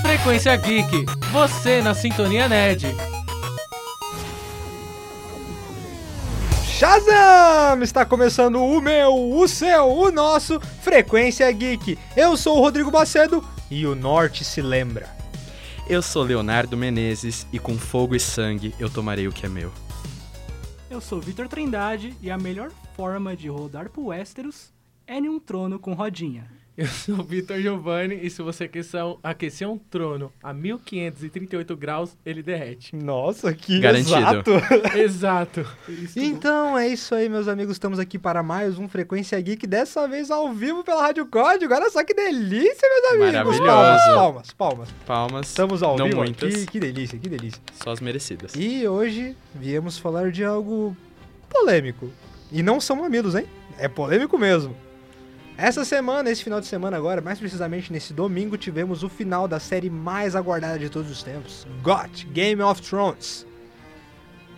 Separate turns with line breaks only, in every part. Frequência Geek, você na Sintonia Nerd.
Shazam! Está começando o meu, o seu, o nosso Frequência Geek. Eu sou o Rodrigo Macedo e o Norte se lembra.
Eu sou Leonardo Menezes e com fogo e sangue eu tomarei o que é meu.
Eu sou Vitor Trindade e a melhor forma de rodar pro Westeros é em um trono com rodinha.
Eu sou o Vitor Giovanni e se você aquecer um, aquecer um trono a 1538 graus, ele derrete.
Nossa, que
Garantido.
exato!
Exato. Isso.
Então é isso aí, meus amigos. Estamos aqui para mais um Frequência Geek, dessa vez ao vivo pela Rádio Código. Olha só que delícia, meus amigos!
Maravilhoso.
Palmas, palmas.
Palmas,
Estamos ao
não
vivo
muitas,
aqui. Que delícia, que delícia.
só as merecidas.
E hoje viemos falar de algo polêmico. E não são mamilos, hein? É polêmico mesmo. Essa semana, esse final de semana agora, mais precisamente nesse domingo, tivemos o final da série mais aguardada de todos os tempos, GOT, Game of Thrones.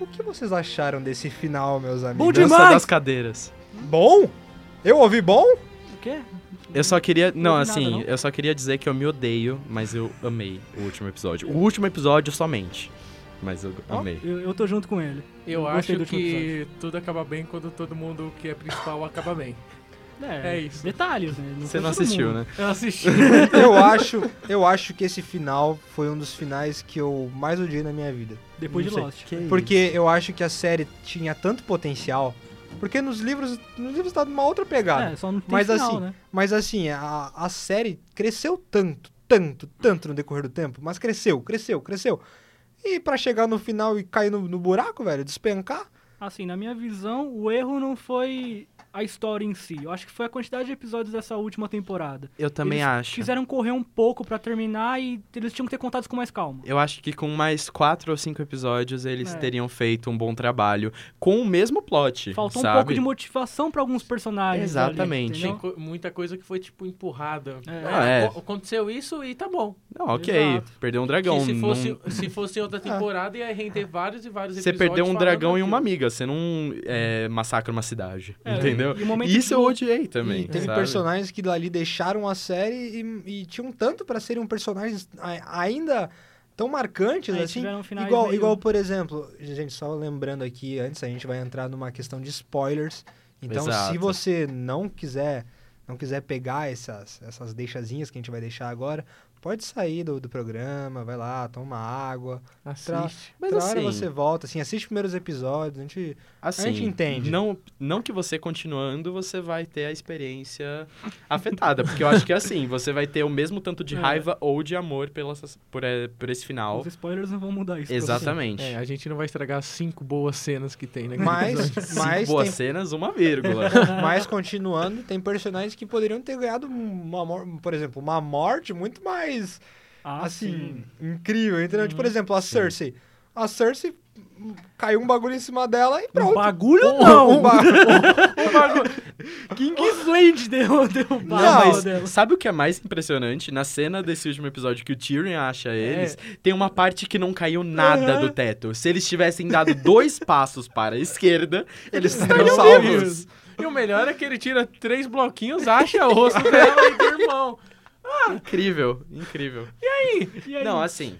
O que vocês acharam desse final, meus amigos?
Bom
Dança
demais!
das cadeiras.
Bom? Eu ouvi bom?
O quê?
Eu só queria, não,
ouvi nada,
assim,
não.
eu só queria dizer que eu me odeio, mas eu amei o último episódio. O último episódio somente, mas eu
Ó,
amei.
Eu, eu tô junto com ele.
Eu
Gostei do
acho
último
que tudo acaba bem quando todo mundo que é principal acaba bem.
É,
É isso.
Detalhes, né?
Você
foi
não
todo
assistiu,
mundo.
né?
Eu assisti.
Eu acho, eu acho que esse final foi um dos finais que eu mais odiei na minha vida.
Depois
Não
de
sei.
Lost.
Porque eu acho que a série tinha tanto potencial. Porque nos livros. Nos livros tá numa outra pegada.
É, só não tem
Mas
final,
assim,
né?
Mas assim, a, a série cresceu tanto, tanto, tanto no decorrer do tempo. Mas cresceu, cresceu, cresceu. E pra chegar no final e cair no, no buraco, velho, despencar.
Assim, na minha visão, o erro não foi a história em si. Eu acho que foi a quantidade de episódios dessa última temporada.
Eu também
Eles
acho.
Quiseram correr um pouco pra terminar e eles tinham que ter contado isso com mais calma.
Eu acho que com mais quatro ou cinco episódios eles
É.
teriam feito um bom trabalho com o mesmo plot,
Faltou um
sabe?
pouco de motivação pra alguns personagens.
Exatamente.
ali,
Tem
entendeu?
co- muita coisa que foi, tipo, empurrada.
É.
Ah, é.
co- Aconteceu isso e tá bom.
Não, ok,
Exato.
perdeu um
Que
dragão.
se fosse,
não-
se fosse outra temporada, ia render vários e vários
Você
episódios.
perdeu um
falando
dragão e
daquilo.
uma amiga, você não é, massacra uma cidade,
É,
entendeu?
e o momento
Isso
que
eu
o-
odiei também,
e teve
sabe?
personagens que dali deixaram a série e, e tinham tanto pra serem um personagens a- ainda tão marcantes,
Aí
assim.
tiveram finais
Igual,
meio-
igual, por exemplo, gente, só lembrando aqui, antes a gente vai entrar numa questão de spoilers. Então, se
Exato.
você não quiser não quiser pegar essas, essas deixazinhas que a gente vai deixar agora, pode sair do, do programa, vai lá, toma uma água.
Assiste.
Mas
outra hora
assim,
você volta, assim, assiste os primeiros episódios, a gente...
assim,
gente entende.
Não, não que você continuando, você vai ter a experiência afetada, porque eu acho que assim, você vai ter o mesmo tanto de
É.
raiva ou de amor pela, essa- por, eh, por esse final.
Os spoilers não vão mudar isso. pra você.
Exatamente.
É, a gente não vai estragar as cinco boas cenas que tem, né?
Mas,
Cinco
mas,
boas
tem,
cenas, uma vírgula.
mas continuando, tem personagens que poderiam ter ganhado, uma, mor- por exemplo, uma morte muito mais
Ah, sim.
assim, incrível, entendeu? Tipo, por
Uhum.
exemplo, a
Sim.
Cersei. A Cersei hum, caiu um bagulho em cima dela e
Um
pronto.
bagulho
Um-
não!
um bagulho.
Kingsland deu, deu um
Não,
bagulho
mas
dela.
sabe o que é mais impressionante? Na cena desse último episódio que o Tyrion acha
É.
eles, tem uma parte que não caiu nada do teto. Se eles tivessem dado dois passos para a esquerda, eles estariam
estariam
salvos.
E o melhor é que ele tira três bloquinhos, acha o rosto dela e do irmão.
Incrível, incrível.
E aí?
Não, assim,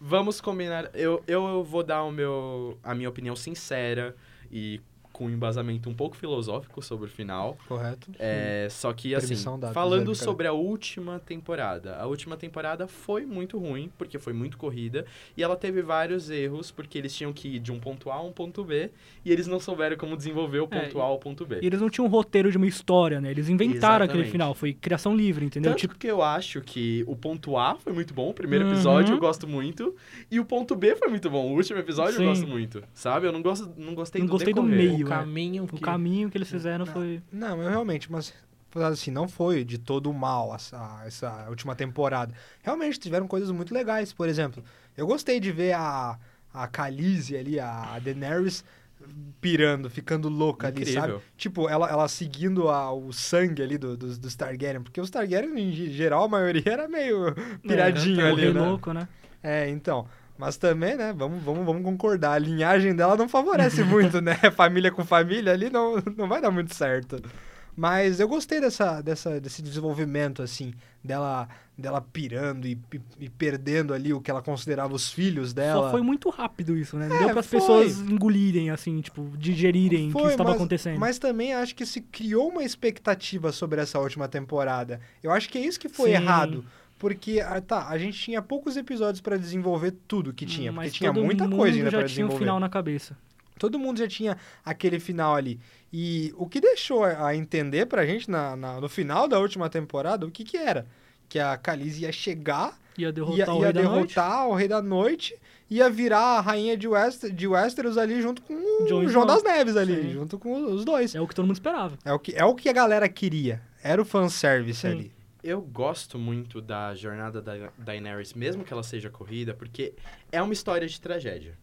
vamos combinar. Eu, eu vou dar o meu, a minha opinião sincera e com um embasamento um pouco filosófico sobre o final.
Correto.
É, só que, assim,
Permissão dada,
falando
Zé Ricardo.
sobre a última temporada. A última temporada foi muito ruim, porque foi muito corrida. E ela teve vários erros, porque eles tinham que ir de um ponto A a um ponto B. E eles não souberam como desenvolver o
É,
ponto A ao ponto B.
E eles não tinham um roteiro de uma história, né? Eles inventaram aquele
Exatamente.
final, foi criação livre, entendeu?
Tanto
Tipo,
que eu acho que o ponto A foi muito bom, o primeiro
Uhum.
episódio eu gosto muito. E o ponto B foi muito bom, o último episódio
Sim.
eu gosto muito. Sabe? Eu não, gosto, não gostei
Não
do
gostei do
decorrer.
meio.
O
Um
caminho
Tipo, o
que...
caminho que eles fizeram foi.
Não, mas realmente, mas assim, não foi de todo mal essa, essa última temporada. Realmente tiveram coisas muito legais. Por exemplo, eu gostei de ver a, a Khaleesi ali, a Daenerys, pirando, ficando louca ali, sabe?
Incrível.
Tipo, ela, ela seguindo a- o sangue ali do- dos, dos Targaryen, porque os Targaryen, em geral, a maioria era meio piradinho
é,
ali,
morrer
né?
louco, né?
É, então. Mas também, né? Vamos, vamos, vamos concordar. A linhagem dela não favorece muito, né? Família com família ali não, não vai dar muito certo. Mas eu gostei dessa, dessa, desse desenvolvimento, assim, dela, dela pirando e, e- e perdendo ali o que ela considerava os filhos dela.
Só foi um muito rápido isso, né? Não
É,
deu para as
foi.
pessoas engolirem, assim, tipo, digerirem o que
Foi,
estava
mas-
acontecendo.
Mas também acho que se criou uma expectativa sobre essa última temporada. Eu acho que é isso que foi
Sim.
errado. Porque, ah, tá, a gente tinha poucos episódios pra desenvolver tudo que tinha.
Hum, Mas
porque tinha
todo
muita
mundo
coisa ainda
já
pra
tinha um
desenvolver.
final na cabeça.
Todo mundo já tinha aquele final ali. E o que deixou a entender pra gente na, na- no final da última temporada, o que que era? Que a Khaleesi ia chegar,
Ia derrotar
ia,
o
ia
Rei da Noite,
derrotar o Rei da Noite, ia virar a Rainha de, West, de Westeros ali junto com o
Jon
João,
Snow.
das Neves ali,
Sim.
junto com os dois.
É o que todo mundo esperava.
É o que, é o que a galera queria. Era o fanservice
Sim.
ali.
Eu gosto muito da jornada da Daenerys, mesmo que ela seja corrida, porque é uma história de tragédia.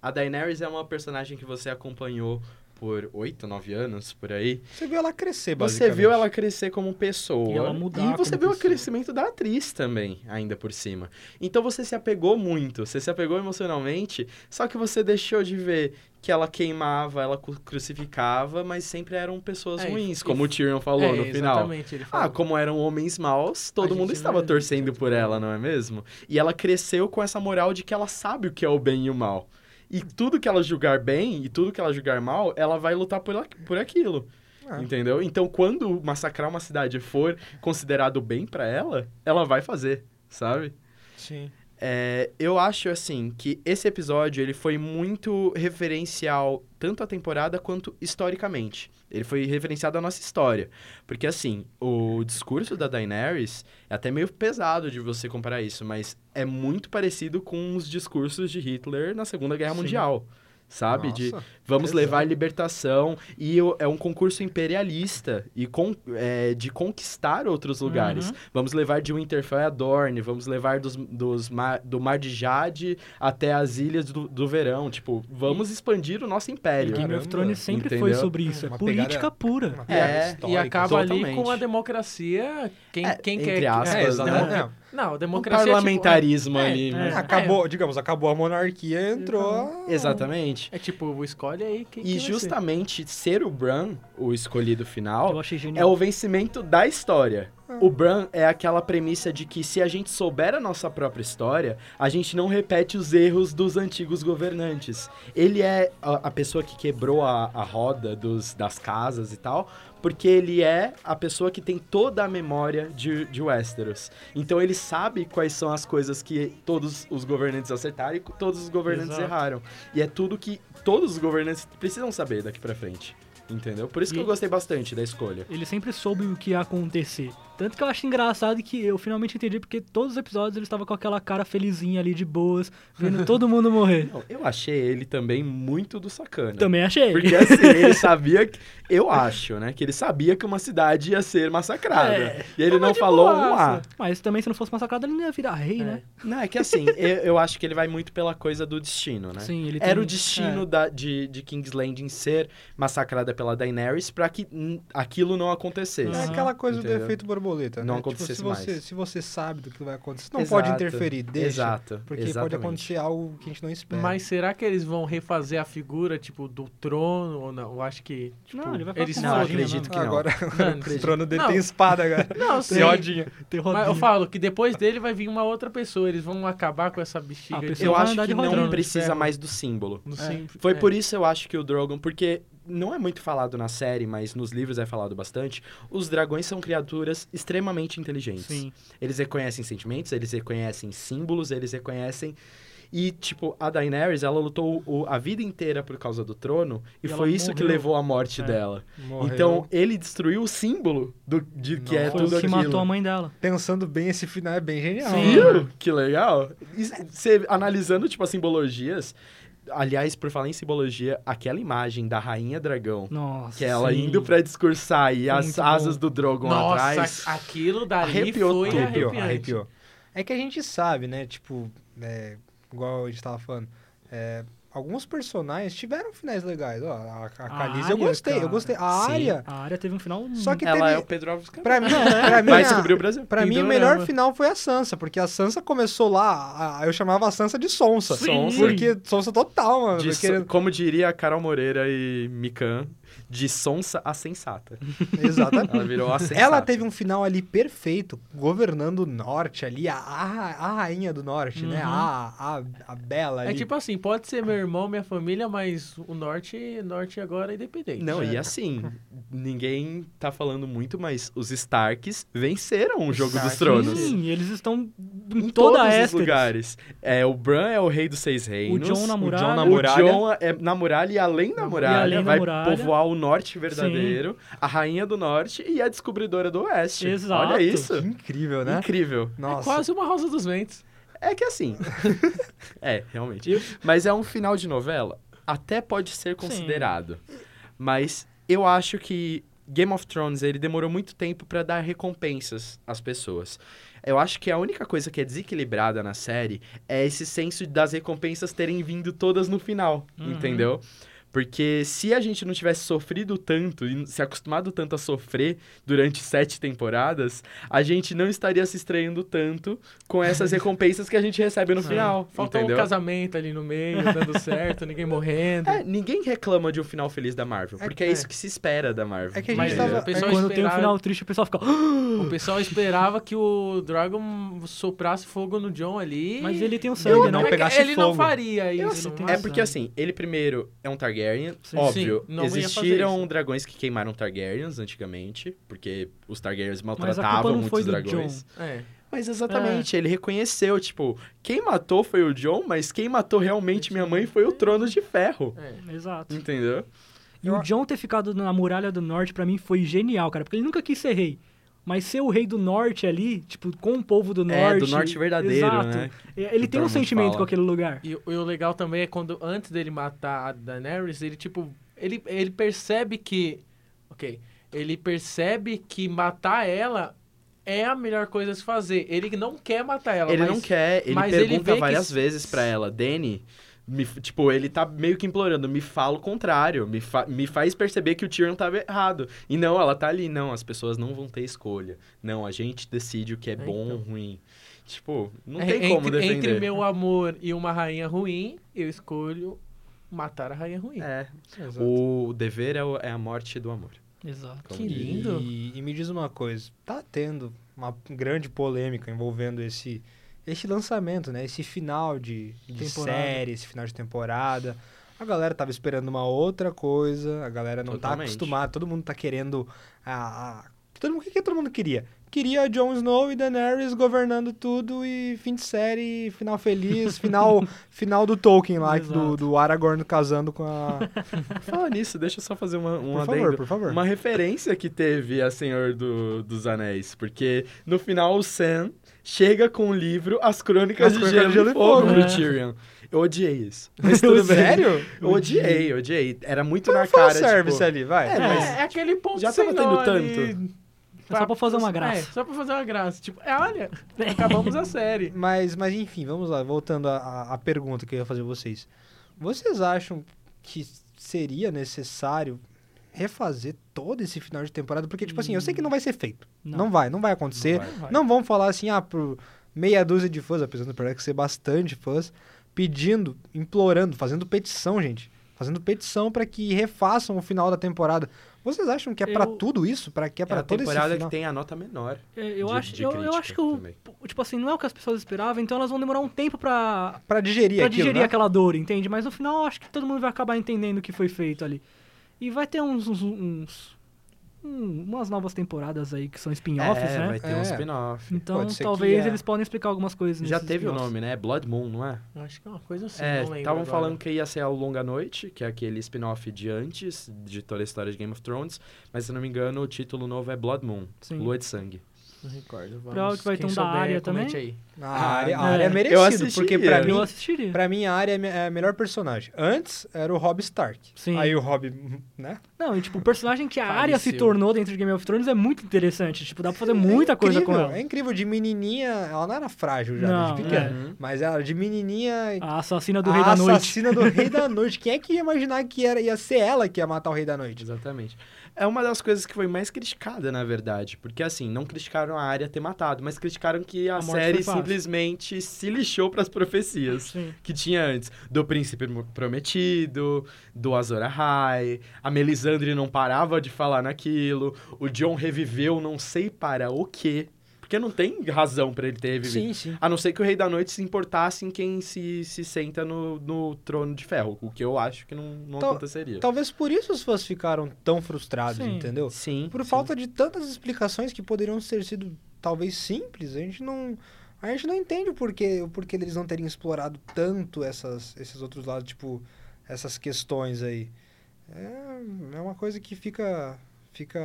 A Daenerys é uma personagem que você acompanhou por 8, 9 anos, por aí.
Você viu ela crescer,
Você
basicamente.
viu ela crescer como pessoa.
E ela mudar
E você
como
viu o
pessoa.
crescimento da atriz também, ainda por cima. Então você se apegou muito, você se apegou emocionalmente, só que você deixou de ver que ela queimava, ela cu- crucificava, mas sempre eram pessoas
É, e-
ruins,
e-
como o Tyrion falou
É,
no final.
Exatamente, ele
Ah,
falou.
como eram homens maus, todo
gente
mundo
não
estava
é
torcendo
gente
por
boa.
ela, não é mesmo? E ela cresceu com essa moral de que ela sabe o que é o bem e o mal. E tudo que ela julgar bem e tudo que ela julgar mal, ela vai lutar por, a- por aquilo.
Ah.
Entendeu? Então, quando massacrar uma cidade for considerado bem pra ela, ela vai fazer, sabe?
Sim.
É, eu acho, assim, que esse episódio ele foi muito referencial, tanto à temporada quanto historicamente. Ele foi referenciado à nossa história. Porque, assim, o discurso da Daenerys é até meio pesado de você comparar isso, mas é muito parecido com os discursos de Hitler na Segunda Guerra
Sim.
Mundial. Sabe? De
Nossa.
Vamos
Exato.
levar a libertação. E o- é um concurso imperialista e con- é, de conquistar outros lugares.
Uhum.
Vamos levar de Winterfell a Dorne, vamos levar dos, dos mar, do Mar de Jade até as Ilhas do, do Verão. Tipo, vamos expandir o
E
nosso
E
império.
Game
Caramba.
of Thrones sempre foi
Entendeu?
sobre isso. É
Uma pegada-
política pura.
Uma
É,
pegada
e
E
histórica.
acaba ali
totalmente.
com a democracia. Quem,
É,
quem
entre
quer.
aspas,
é,
É, exatamente.
demo-
É.
Não, a
Um
democracia. é tipo-
parlamentarismo
é,
ali.
é.
mas-
Acabou, digamos, acabou a monarquia, entrou. a-
Exatamente.
É, é tipo, escolhe aí quem que
E
vai ser.
justamente ser o Bran, o escolhido final,
Eu achei
É
genial.
o vencimento da história. O Bran é aquela premissa de que se a gente souber a nossa própria história, a gente não repete os erros dos antigos governantes. Ele é a, a pessoa que quebrou a, a roda dos- das casas e tal, porque ele é a pessoa que tem toda a memória de, de Westeros. Então ele sabe quais são as coisas que todos os governantes acertaram e todos os governantes
Exato.
erraram. E é tudo que todos os governantes precisam saber daqui pra frente. Entendeu? Por isso que
E-
eu gostei bastante da escolha.
Ele sempre soube o que ia acontecer. Tanto que eu acho engraçado que eu finalmente entendi porque todos os episódios ele estava com aquela cara felizinha ali de boas, vendo todo mundo morrer.
Não, eu achei ele também muito do sacana.
Também achei.
Porque assim, ele sabia que. Eu acho, né? Que ele sabia que uma cidade ia ser massacrada.
É,
e ele
tava
não
de
falou um A.
boaça.
Mas também se não fosse massacrado ele não ia virar rei,
É.
né?
Não, é que assim, eu, eu acho que ele vai muito pela coisa do destino, né?
Sim, ele
Era
tem-
o destino da- de, de King's Landing ser massacrada pela Daenerys pra que hum, aquilo não acontecesse.
É
Aham.
aquela coisa do
Entendeu?
efeito borboleta.
Não
né? Tipo,
acontecesse
se você,
mais.
Se você sabe do que vai acontecer, você não
Exato,
pode interferir, deixa.
Exato.
Porque
exatamente.
pode acontecer algo que a gente não
é.
espera.
Mas será que eles vão refazer a figura, tipo, do trono ou não? Eu acho que. Tipo,
é. Não, ele vai falar
eles
com
Não,
uma
fazem-
lojinha,
acredito que não.
Ah, Agora,
Não,
o trono dele tem
Não.
espada, agora.
Não, sim.
Tem rodinha.
Tem
Mas eu
rodinha.
falo que depois dele vai vir uma outra pessoa. Eles vão acabar com essa bexiga.
Ah,
de-
pessoa
Eu
vai
acho
andar de né?
que
rodinha
não
de
precisa
ferro.
mais do símbolo.
No
É.
sim-
Foi
é.
por isso eu acho que o Drogon, porque não é muito falado na série, mas nos livros é falado bastante. Os dragões são criaturas extremamente inteligentes.
Sim.
Eles reconhecem sentimentos, eles reconhecem símbolos, eles reconhecem. E, tipo, a Daenerys, ela lutou o- a vida inteira por causa do trono, e,
E ela
foi isso que
morreu.
levou à morte
É.
dela.
Morreu.
Então, ele destruiu o símbolo do, de que é
Nossa.
Foi o
tudo
que
aquilo.
matou a mãe dela.
pensando bem, esse final é bem genial.
Sim.
né?
Viu? Que legal. E Você analisando, tipo, as simbologias. Aliás, por falar em simbologia, aquela imagem da Rainha Dragão,
Nossa.
que é ela
sim.
indo pra discursar e
Foi
as
muito
asas
bom.
do Drogon
Nossa,
atrás.
aquilo dali
Arrepiou
foi
tudo.
Arrepiou,
arrepiante.
arrepiou. É que a gente sabe, né? Tipo, é, igual a gente tava falando, é, alguns personagens tiveram finais legais. Ó, a, a Khaleesi eu
Arya,
gostei,
cara.
eu gostei. A
Sim.
área,
A área teve um final.
só que
Ela é
teve.
o Pedro Alves Cabral.
Pra mim, pra mim,
Vai
a-
descobrir o Brasil.
Pra
Tem
mim, o
dorama.
melhor final foi a Sansa, porque a Sansa começou lá, a- a- eu chamava a Sansa de Sonsa.
Sim.
Porque Sonsa total, mano.
De so-
querendo-
Como diria a Carol Moreira e Mikan, de sonsa a sensata.
Exatamente.
Ela virou a sensata.
Ela teve um final ali perfeito, governando o norte ali, a, a, a rainha do norte, né?
Uhum.
A, a, a bela ali.
É tipo assim, pode ser meu irmão, minha família, mas o norte, norte agora é independente.
Não, e assim, ninguém tá falando muito, mas os Starks venceram o Jogo
Starks
dos Tronos.
Sim, e eles estão em
Em
toda
todos
a
os lugares. É, o Bran é o rei dos seis reinos.
Jon na muralha.
O Jon é na muralha e além da
E
muralha.
além da
vai
muralha.
povoar o norte verdadeiro, a rainha do norte e a descobridora do oeste.
Exato.
Olha isso.
Que incrível, né?
Incrível.
É
Nossa.
quase uma Rosa dos Ventos.
É que assim. é, realmente. Mas é um final de novela. Até pode ser considerado. Mas eu acho que Game of Thrones ele demorou muito tempo pra dar recompensas às pessoas. Eu acho que a única coisa que é desequilibrada na série é esse senso das recompensas terem vindo todas no final,
Uhum.
entendeu? Porque se a gente não tivesse sofrido tanto e se acostumado tanto a sofrer durante sete temporadas, a gente não estaria se estranhando tanto com essas recompensas que a gente recebe no
Sim.
final.
Faltou
entendeu?
um casamento ali no meio, dando certo, ninguém morrendo.
É, ninguém reclama de um final feliz da Marvel,
É
porque é,
que-
isso que se espera da Marvel.
É que a gente
Mas
tava-
o pessoal
Quando tem um
esperava-
final triste, o pessoal fica. "Ah,
O pessoal esperava que o Dragon soprasse fogo no John ali.
Mas ele tem o
Eu-
sangue,
não
né?
é que
pegasse
Ele não
fogo.
faria
Eu
isso.
sei,
não
tem
É
acho.
razão.
porque assim, ele primeiro é um Targaryen,
Sim.
óbvio.
Sim, não ia fazer
existiram
isso.
dragões que queimaram Targaryens antigamente, porque os Targaryens
Mas a
maltratavam
culpa não
muitos
foi do
dragões.
John.
É.
Mas exatamente, ele reconheceu, tipo, quem matou foi o John, mas quem matou realmente minha mãe foi o Trono de Ferro.
é.
Exato.
Entendeu?
E o John ter ficado na Muralha do Norte, pra mim, foi genial, cara. Porque ele nunca quis ser rei. Mas ser o rei do norte ali, tipo, com o povo do
É,
norte.
do norte verdadeiro,
exato.
né?
É, Ele
Que
tem um
todo mundo
sentimento
fala.
com aquele lugar.
E, o- e o legal também é quando, antes dele matar a Daenerys, ele, tipo, ele, ele percebe que... Ok. Ele percebe que matar ela é a melhor coisa a se fazer. Ele não quer matar ela,
Ele
mas...
não quer, ele
mas ele
pergunta
vê que
várias
s-
vezes pra ela, Danny, me f- tipo, ele tá meio que implorando, me fala o contrário, me, fa- me faz perceber que o Tyrion tava errado. E não, ela tá ali, não, as pessoas não vão ter escolha. Não, a gente decide o que é, bom
então.
ou ruim. Tipo, não
É,
tem
entre,
como defender.
Entre meu amor e uma rainha ruim, eu escolho matar a rainha ruim.
É,
Exato.
o dever é, o- é a morte do amor.
Exato.
Como
Que
diz.
lindo.
E, e me diz uma coisa, tá tendo uma grande polêmica envolvendo esse esse lançamento, né? Esse final de, de
Temporada.
série, esse final de temporada. A galera tava esperando uma outra coisa, a galera não tá
Totalmente.
acostumada, todo mundo tá querendo a, a- todo mundo o que, que todo mundo queria? Queria Jon Snow e Daenerys governando tudo e fim de série, final feliz, final final do Tolkien lá, do,
Exato.
do Aragorn casando com a...
Fala nisso, deixa eu só fazer uma, um
Por
adendo.
favor, por favor.
Uma referência que teve a Senhor do- dos Anéis, porque no final o Sam chega com o livro As Crônicas
As
de
Crônicas
Gelo,
de Gelo
e
e
Fogo
Fogo,
do
é.
Tyrion. Eu odiei isso.
Mas
tudo bem.
Sério? Então
Eu odiei, odiei. Era muito na
Foi
cara,
o service
tipo,
ali, vai.
É,
É, mas
é aquele ponto
já
sem
tava tendo
nó ali.
Só pra fazer uma graça.
É, só pra fazer uma graça. Tipo, é, olha, acabamos a série.
Mas, mas enfim, vamos lá, voltando à- à à pergunta que eu ia fazer a vocês. Vocês acham que seria necessário refazer todo esse final de temporada? Porque, tipo assim, eu sei que não vai ser feito. Não,
Não.
vai, não vai acontecer.
vai.
Não, vão falar assim, ah, por meia dúzia de fãs, apesar do problema que ser bastante fãs, pedindo, implorando, fazendo petição, gente. Fazendo petição pra que refaçam o final da temporada. Vocês acham que é pra
Eu-
tudo isso? Pra que é
É
pra
a
todo esse
temporada que
final?
tem a nota menor.
É, Eu,
de-
acho,
de
eu, eu
crítica
acho que o.
também.
Tipo assim, não é o que as pessoas esperavam, então elas vão demorar um tempo pra,
Pra digerir
pra
aquilo,
digerir
né?
aquela dor, entende? Mas no final eu acho que todo mundo vai acabar entendendo o que foi feito ali. E vai ter uns. uns, uns- um- umas novas temporadas aí que são spin-offs,
é,
né?
vai ter
É.
um spin-off.
Então
Pode ser
talvez
que, é.
eles podem explicar algumas coisas.
Já
nesses
teve o
spin-offs.
nome, né? Blood Moon, não é?
Eu Acho que é uma coisa assim,
É,
não lembro
estavam
agora.
falando que ia ser a Longa Noite, que é aquele spin-off de antes de toda a história de Game of Thrones, mas se eu não me engano, o título novo é Blood Moon,
Sim.
Lua de Sangue.
Não recordo. Vamos,
Provavelmente vai ter
quem
um da
souber,
área
comente
também.
aí.
A área, a
Ah,
área é
eu
merecido, porque pra
assistiria.
mim
Eu assistiria.
Pra mim, a área é me- é a melhor personagem. Antes era o Rob Stark.
Sim.
Aí o Rob, né?
Não, e tipo, o personagem que a
Faleceu.
área se tornou dentro de Game of Thrones é muito interessante. Tipo, dá pra fazer muita coisa
É incrível,
com ela.
É incrível. De menininha, ela não era frágil já,
Não, é.
desde pequena.
Uhum.
Mas ela, de menininha,
A assassina do
a
Rei da Noite.
assassina do Rei da Noite. Quem é que ia imaginar que era, ia ser ela que ia matar o Rei da Noite?
Exatamente. É uma das coisas que foi mais criticada, na verdade. Porque, assim, não criticaram a área ter matado, mas criticaram que a,
A morte
série
foi fácil.
simplesmente se lixou pras profecias
Sim.
que tinha antes. Do Príncipe Prometido, do Azor Ahai, a Melisandre não parava de falar naquilo, o John reviveu não sei para o quê, porque não tem razão pra ele ter revivido.
sim.
A não ser que o Rei da Noite se importasse em quem se, se senta no, no trono de ferro, o que eu acho que não, não
Então,
Tal-
aconteceria.
Talvez por isso os fãs ficaram tão frustrados,
Sim.
entendeu?
Sim.
Por
sim.
falta de tantas explicações que poderiam ter sido talvez simples, a gente não a gente não entende o porquê, o porquê deles não terem explorado tanto essas, esses outros lados, tipo, essas questões aí. É, é uma coisa que fica fica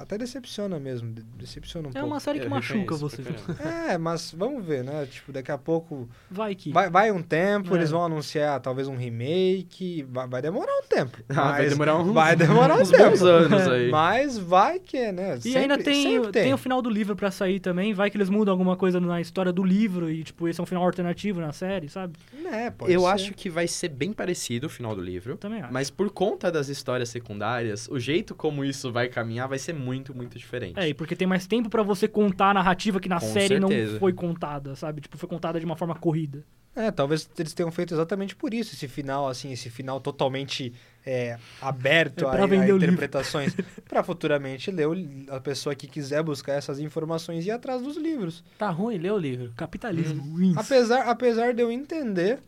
até decepciona mesmo, de- decepciona um
É
pouco.
uma série que
Eu
machuca
reconheço
você.
pra caramba.
É, mas vamos ver, né? Tipo, daqui a pouco
Vai que.
vai, vai um tempo,
É.
eles vão anunciar talvez um remake, vai, vai demorar um tempo.
Ah, vai
mas-
demorar uns,
vai demorar um
uns É. bons
tempo.
anos aí.
Mas vai que, né?
E ainda tem, tem. o final do livro pra sair também. Vai que eles mudam alguma coisa na história do livro e, tipo, esse é um final alternativo na série, sabe?
É, pode
Eu
ser.
acho que vai ser bem parecido o final do livro.
Eu também acho.
Mas por conta das histórias secundárias, o jeito como isso vai caminhar vai ser muito, muito diferente.
É, e porque tem mais tempo pra você contar a narrativa que na
Com
série não
certeza.
foi contada, sabe? Tipo, foi contada de uma forma corrida.
É, talvez eles tenham feito exatamente por isso, esse final, assim, esse final totalmente é, aberto
É pra
a, a
vender o livro.
interpretações. pra futuramente ler o li- a pessoa que quiser buscar essas informações e ir atrás dos livros.
Tá ruim, lê o livro.
Capitalismo. ruim.
Apesar, apesar de eu entender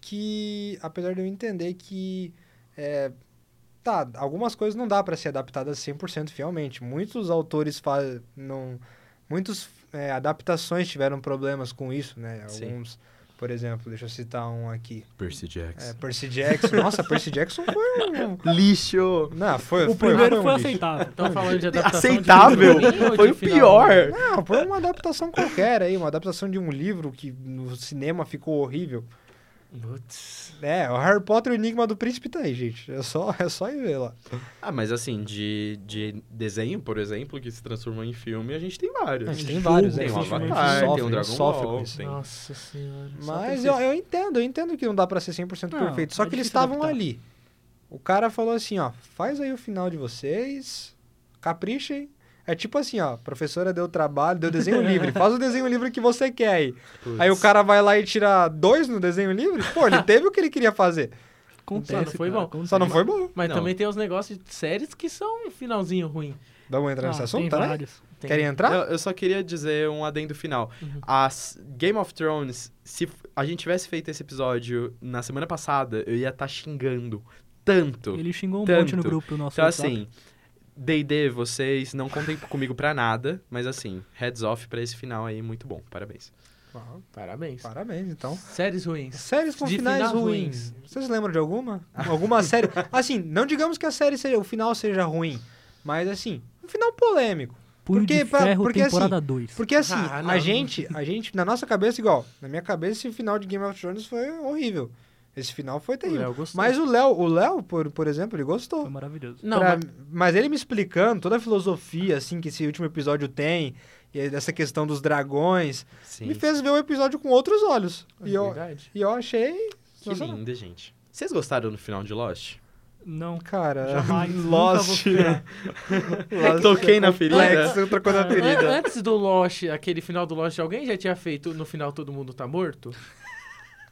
que. Apesar de eu entender que. é, tá, algumas coisas não dá pra ser adaptadas 100% fielmente. Muitos autores fazem. Muitas é, adaptações tiveram problemas com isso, né?
Sim.
Alguns, por exemplo, deixa eu citar um aqui.
Percy
É,
Jackson.
Percy Jackson. Nossa, Percy Jackson foi um.
Lixo!
Não, foi,
O
foi,
primeiro
um
foi
lixo.
aceitável.
Estão falando de adaptação de
Aceitável!
livro ruim ou
Foi
de
o
final
pior!
ruim?
Não, foi uma adaptação qualquer aí, uma adaptação de um livro que no cinema ficou horrível.
Putz.
É, o Harry Potter e o Enigma do Príncipe tá aí, gente. É só, é só ir ver lá.
Ah, mas assim, de, de desenho, por exemplo, que se transformou em filme, a gente tem
A
vários.
gente tem vários,
Tem
né?
o
Existe,
Avatar,
a gente
tem o
sofre, a gente
Dragon
sofre com
Ball,
isso.
tem- um
Nossa senhora. só
Mas
tem
eu, eu entendo, eu entendo que não dá pra ser 100%
Não,
perfeito. Só
é
que eles
difícil
estavam
adaptar.
ali. O cara falou assim, ó, faz aí o final de vocês, caprichem. É tipo assim, ó, professora deu trabalho, deu desenho livre, faz o desenho livre que você quer aí.
Putz.
Aí o cara vai lá e tira dois no desenho livre? Pô, ele teve o que ele queria fazer.
Acontece,
Só não foi
cara,
bom.
acontece.
Só não foi bom.
Mas
Não.
também tem os negócios de séries que são um finalzinho ruim.
Vamos entrar nesse
Ah,
assunto,
tem
tá? né?
vários.
Tem-
Querem entrar?
Eu, eu só queria dizer um adendo final.
Uhum.
As Game of Thrones, se f- a gente tivesse feito esse episódio na semana passada, eu ia estar xingando tanto.
Ele xingou um
Tanto.
monte no grupo do nosso
Então,
WhatsApp.
assim, D&D, vocês não contem comigo pra nada, mas assim, heads off pra esse final aí, muito bom, parabéns.
Ah,
Parabéns.
Parabéns, então.
Séries ruins.
Séries com
De
finais
finais
ruins.
ruins.
Vocês lembram de alguma? Alguma série? Assim, não digamos que a série seja, o final seja ruim, mas assim, um final polêmico.
Punho
porque
de
pra-
Ferro,
porque,
temporada 2.
Porque assim,
Ah,
a
não.
gente, a gente, na nossa cabeça igual, na minha cabeça esse final de Game of Thrones foi horrível. Esse final foi
O
terrível.
Léo gostou.
um
Mas o Léo, o Léo, por, por exemplo, ele gostou.
Foi maravilhoso.
Não,
Pra-
mas-
mas... ele me explicando toda a filosofia assim que esse último episódio tem e aí dessa questão dos dragões
Sim.
me fez ver o episódio com outros olhos
é
e, eu,
verdade.
e eu achei
Que linda, gente. Vocês gostaram do final de Lost?
Não.
cara
Jamais, nunca vou
Lost
ficar.
Lost
Toquei na
Lex
ferida.
eu trocou na
An-
ferida
Antes do Lost, aquele final do Lost, alguém já tinha feito no final todo mundo tá morto?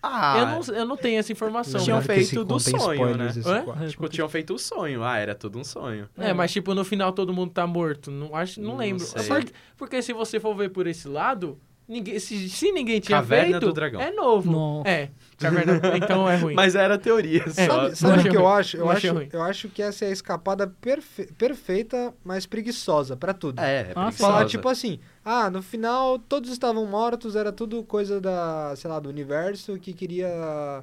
Ah,
Eu,
tipo,
não, eu não tenho essa informação.
Tinham
mas- é
feito do sonho, né?
Hã?
É,
tipo, tinham feito o sonho. Ah, era tudo um sonho.
É, mas tipo, no final todo mundo tá morto. Não, acho, não,
Não
lembro.
sei.
Porque, porque se você for ver por esse lado, ninguém, se, se ninguém tinha
Caverna
feito,
do Dragão.
é novo.
Nossa.
É, Caverna então é ruim.
Mas era teoria
É,
só.
Sabe, sabe
Não
o que
achei
eu
ruim.
acho? Eu
Não
acho,
achei ruim.
eu acho que essa é a escapada perfe- perfeita, mas preguiçosa pra tudo.
É, é
Ah, sim.
preguiçosa.
Falar tipo assim, ah, no final todos estavam mortos, era tudo coisa da, sei lá, do universo que queria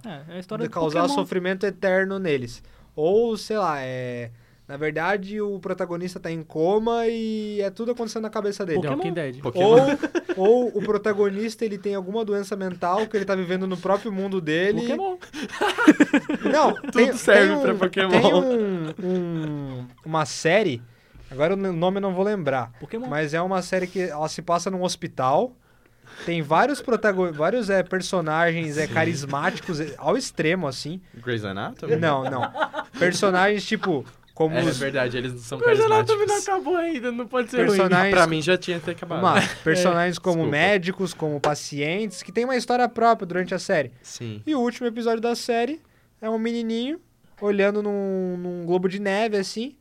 É, é a história
de
do
causar
Pokémon.
sofrimento eterno neles. Ou, sei lá, é. Na verdade, o protagonista tá em coma e é tudo acontecendo na cabeça dele.
The Walking Dead.
Pokémon.
Ou, ou o protagonista ele tem alguma doença mental que ele tá vivendo no próprio mundo dele.
Pokémon.
Não, tem,
serve
tem um,
pra Pokémon.
Tem um, um- uma série, agora o nome eu não vou lembrar,
Pokémon.
mas é uma série que ela se passa num hospital. Tem vários protagonistas, vários é, personagens é, carismáticos é, ao extremo, assim.
Grey's Anatomy?
Não, não. Personagens tipo Como
É
os
verdade, eles não são
Mas ela
carismáticos.
é
também não acabou ainda, não pode ser ruim.
personagens.
Pra mim já tinha até acabado.
Vamos lá, personagens como
desculpa.
médicos, como pacientes, que tem uma história própria durante a série.
Sim.
E o último episódio da série é um menininho olhando num, num globo de neve, assim,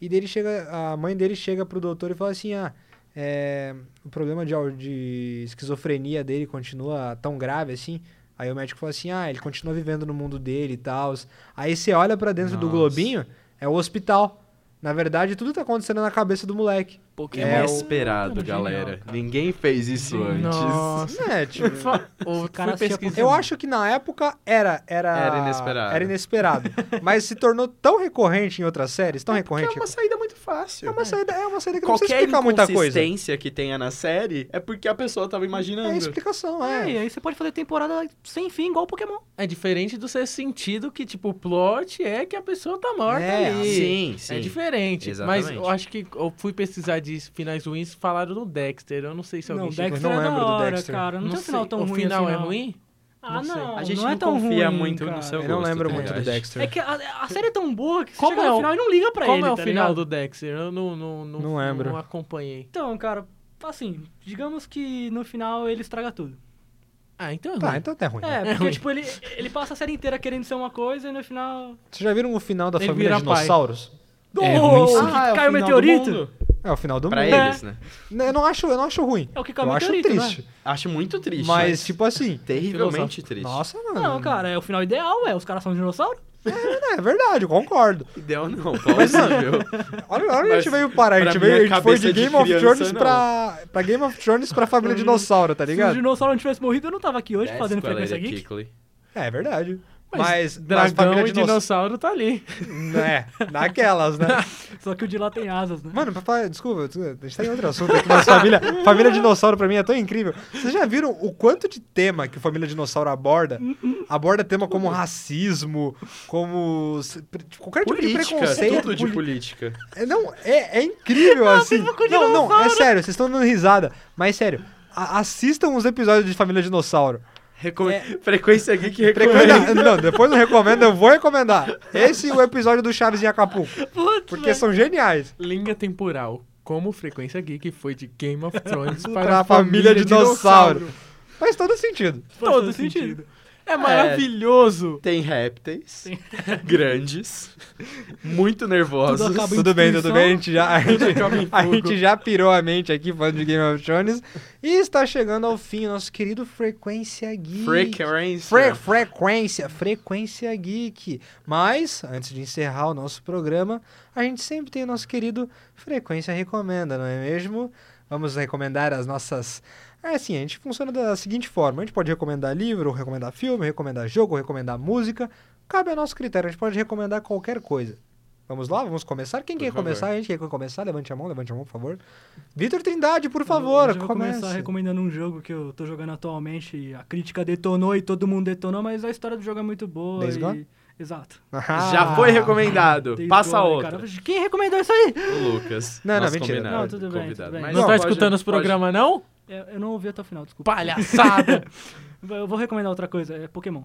e dele chega, a mãe dele chega pro doutor e fala assim, ah, é, o problema de, au- de esquizofrenia dele continua tão grave, assim. Aí o médico fala assim, ah, ele continua vivendo no mundo dele e tal. Aí você olha pra dentro do
Nossa.
globinho, é o hospital. Na verdade, tudo tá acontecendo na cabeça do moleque.
Que
É,
inesperado,
o-
galera.
Genial, cara.
Ninguém fez isso antes.
Nossa.
É, tipo...
Eu
cara
fui
assistia
pesquisar.
Eu acho que na época era era
Era inesperado.
era inesperado. mas se tornou tão recorrente em outras séries, tão recorrente.
é uma saída muito fácil.
é uma saída, é uma saída que não precisa
Qualquer
explicar muita coisa.
inconsistência que tenha na série é porque a pessoa tava
É
imaginando.
explicação,
É,
é.
e aí você pode fazer temporada sem fim, igual o Pokémon.
É diferente do ser sentido que, tipo, o plot é que a pessoa tá morta
É,
ali.
sim, sim.
É diferente. Mas
Exatamente.
eu acho que eu fui pesquisar de finais ruins falaram no Dexter. Eu não sei se
Não,
alguém
O
Dexter
chegou.
Dexter
Então, não
é da
lembro do
hora,
Dexter.
cara. Não, tem um final tão
o
ruim
final
assim,
é
não.
ruim?
Ah,
Não sei.
não.
A gente
não, é
não
tão
confia
ruim,
muito no
cara.
seu-
Eu não
gosto
lembro
também,
muito do
acho.
Dexter.
É que a, a série é tão boa que você
Como
chega
é
no
o-
final e não liga pra
Como
ele,
é o
tá
final
ligado?
do Dexter? Eu não, não, não,
Não lembro.
não acompanhei.
Então, cara, assim, digamos que no final ele estraga tudo.
Ah, então é ruim.
Tá, então até ruim. né?
É,
ruim.
porque, tipo, ele, ele passa a série inteira querendo ser uma coisa e no final...
Vocês já viram o final da
Ele
família
vira
dinossauros? É
Oh,
ruim, sim.
que
é o
caiu o
final do
meteorito?
mundo.
É o final do
Pra
mundo.
eles, né?
Eu não acho, eu não acho ruim.
É o que caiu
Eu
o
acho
meteorito, né?
triste,
Acho muito é? triste.
mas tipo assim,
terrivelmente triste.
nossa, mano.
Não, cara, é o final ideal, é. Os caras são dinossauros.
É verdade, eu concordo.
Ideal não, plausível.
Olha, olha onde a gente
Mas
veio parar. A
pra
gente, veio, a
minha
gente foi
cabeça
de
de
Game of
criança,
Thrones
não.
pra, pra Game of Thrones pra família dinossauro, tá
Se os
ligado?
dinossauros não tivessem morrido, eu não tava aqui hoje
É
Desce
fazendo
com a
Frequência
Leia
Geek.
Kikli.
É verdade. Mas,
Mas,
mas
dragão
família
e dinossauro tá ali.
É, naquelas, né?
Só que o de lá tem asas, né?
Mano, papai, desculpa, desculpa, a gente tá em outro assunto aqui, mas família, família dinossauro pra mim é tão incrível. Vocês já viram o quanto de tema que Família Dinossauro aborda? Aborda tema como racismo, como s- pre- tipo, qualquer tipo de preconceito.
tudo de
poli-
política.
É, não, é, é incrível assim.
com
Não, não, é sério, vocês estão dando risada, mas sério, a- assistam os episódios de Família Dinossauro.
Recom... É. Frequência Geek recomenda.
Recomenda, não, depois eu recomendo, eu vou recomendar. Esse e o episódio do Chaves em Acapulco,
Putz,
porque
velho.
são geniais.
Linha temporal. Como Frequência Geek foi de Game of Thrones para,
Pra
a família, dinossauro.
Faz todo sentido.
Faz
Todo sentido. É
maravilhoso. Tem répteis, grandes, muito nervosos.
Tudo acaba em né?
Tudo bem, tudo
inscrição.
bem. A gente, já, a, gente,
acaba em
a
fogo.
gente já pirou a mente aqui falando de Game of Thrones. E está chegando ao fim o nosso querido Frequência Geek.
Frequência.
Fre- frequência, frequência geek. Mas, antes de encerrar o nosso programa, a gente sempre tem o nosso querido Frequência Recomenda, não é mesmo? Vamos recomendar as nossas. É assim, a gente funciona da seguinte forma: a gente pode recomendar livro, recomendar filme, recomendar jogo, recomendar música. Cabe ao nosso critério, a gente pode recomendar qualquer coisa. Vamos lá, vamos começar. Quem
Por
quer
favor.
começar? A gente quer começar? Levante a mão, levante a mão, por favor. Vitor Trindade, por favor,
Hoje eu vou começar
comece.
recomendando um jogo que eu tô jogando atualmente. e A crítica detonou e todo mundo detonou, mas a história do jogo é muito boa.
Days
e-
Gone?
Exato.
Ah.
Já foi recomendado.
Days
Passa
Gone,
outra.
cara. Quem recomendou isso aí?
O Lucas.
Não, não,
nosso
mentira.
combinado,
Não, tudo bem, tudo
convidado.
bem.
Mas
Não tá
pode-
escutando os
pode-
programas, não?
Eu, É, eu não ouvi até o final, desculpa.
Palhaçada!
Eu vou recomendar outra coisa, é Pokémon.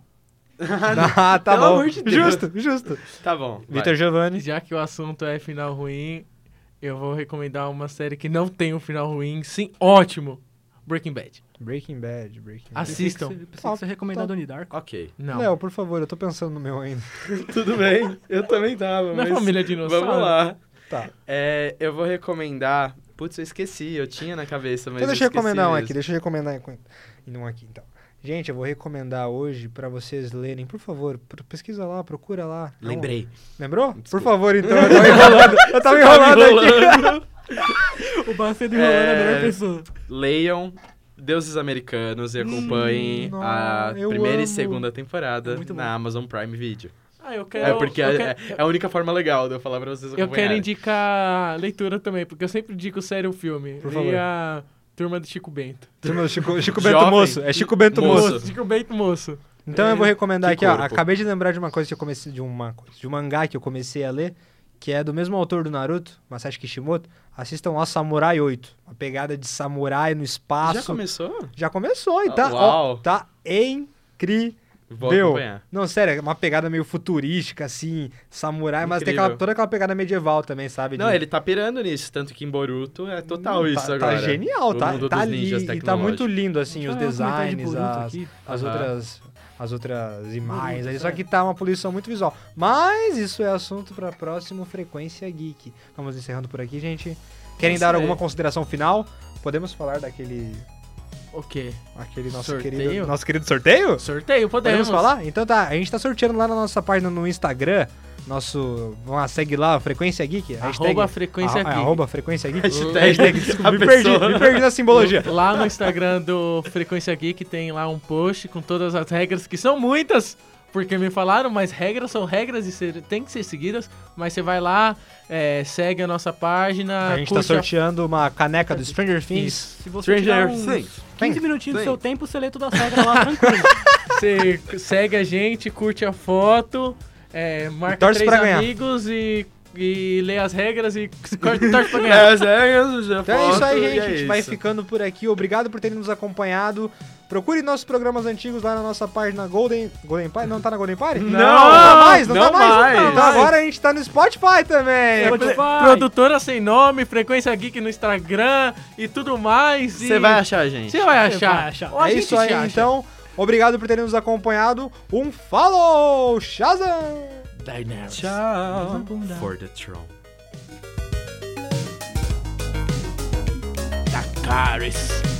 Ah, tá
Pelo
bom.
amor de Deus.
Justo, justo.
Tá bom. vai.
Vitor Giovanni.
Já que o assunto é final ruim, eu vou recomendar uma série que não tem um final ruim, sim, ótimo. Breaking Bad.
Breaking Bad, Breaking
Ah,
Assim-
Bad.
Assistam.
Pensei que você, pensei que você ia recomendar
Top,
Donnie Darko.
Ok.
Não.
Léo, por favor, eu tô pensando no meu ainda.
Tudo bem. Eu também tava.
Na
mas
família dinossauro.
Vamos lá.
Tá.
É, eu vou recomendar. Putz, eu esqueci. Eu tinha na cabeça, mas.
Então deixa eu
esqueci
recomendar um
mesmo.
aqui, deixa eu recomendar enquanto- e um aqui, então. Gente, eu vou recomendar hoje pra vocês lerem, por favor, pr- pesquisa lá, procura lá. É um-
Lembrei.
Lembrou? Por
Desculpa. tá
favor, então, eu tava enrolando. Eu tava enrolando, aqui.
O Bacedo enrolando é... a
É.
melhor pessoa.
Leiam Deuses Americanos e acompanhem
Hum,
a
não, eu
primeira
amo.
e segunda temporada
muito bom.
na Amazon Prime Video.
Ah, eu
é
quero.
porque
eu
é,
quero-
é a única forma legal de eu falar pra vocês
Eu quero
acompanharem.
indicar leitura também, porque eu sempre indico série ou filme.
Por
Por
favor.
a Turma do Chico Bento.
Turma, Chico, Chico
Jovem.
Bento Moço, é Chico Bento Moço.
Moço.
Chico Bento Moço.
Então eu vou recomendar aqui,
Que
ó,
corpo.
acabei de lembrar de uma coisa que eu comecei, de uma coisa, de um mangá que eu comecei a ler, que é do mesmo autor do Naruto, Masashi Kishimoto. Assistam lá Samurai 8, uma pegada de samurai no espaço.
Já começou?
Já começou e
Ah,
tá, ó,
uau.
tá incrível.
Vou
Meu,
acompanhar.
Não, sério, é uma pegada meio futurística, assim, samurai, mas tem
Incrível.
aquela- toda aquela pegada medieval também, sabe?
Não,
De-
ele tá pirando nisso, tanto que em Boruto é total
Hum,
isso
tá,
agora.
Tá genial,
O
tá,
mundo
tá
dos
ali
ninjas
e tá muito
tecnológicos.
lindo, assim, os
Deixa eu fazer um comentário de
designs,
Boruto
as,
aqui.
as
Aham.
outras as outras imagens ali. Só
é.
que tá uma poluição muito visual. Mas isso é assunto pra próximo Frequência Geek. Vamos encerrando por aqui, gente. Querem
isso
dar
aí.
alguma consideração final? Podemos falar daquele
O quê?
aquele nosso
Sorteio?
querido nosso querido sorteio?
Sorteio, podemos.
Podemos falar? Então tá, a gente tá sorteando lá na nossa página no Instagram, nosso, vamos lá, segue lá, Frequência Geek, hashtag,
Arroba frequência
Ah, é,
aqui.
arroba Frequência Geek.
Hashtag-
desculpa,
a
me perdi,
pessoa.
me perdi na simbologia.
Lá no Instagram do Frequência Geek tem lá um post com todas as regras, que são muitas, porque me falaram, mas regras são regras e ser- tem que ser seguidas. Mas você vai lá, é, segue a nossa
Ah,
página.
A gente tá
curte a-
sorteando uma caneca do Stranger Things.
Isso.
Se você um tirar uns 15 minutinhos do seu tempo, você lê toda a saga lá tranquilo.
Você segue a gente, curte a foto, é, marca
torce
três
pra ganhar.
amigos e, e lê as regras e corta torce pra ganhar.
É, as regras, já
Então é isso aí,
foto,
gente.
e é
a gente vai
isso.
ficando por aqui. Obrigado por terem nos acompanhado. Procure nossos programas antigos lá na nossa página Golden. Golden Party? Não tá na Golden Party?
Não,
tá mais, não, tá
não
mais.
mais. É
Então agora a gente tá no Spotify também.
Spotify.
Produtora sem nome, Frequência Geek no Instagram e tudo mais.
Você vai achar, a gente.
Você vai
Você
achar.
vai achar.
Ou a
É
gente
isso aí,
te acha.
então. Obrigado por terem nos acompanhado. Um falou, Shazam!
Daenerys.
Ah.
Tchau.
Bunda.
For the throne.
Dracarys.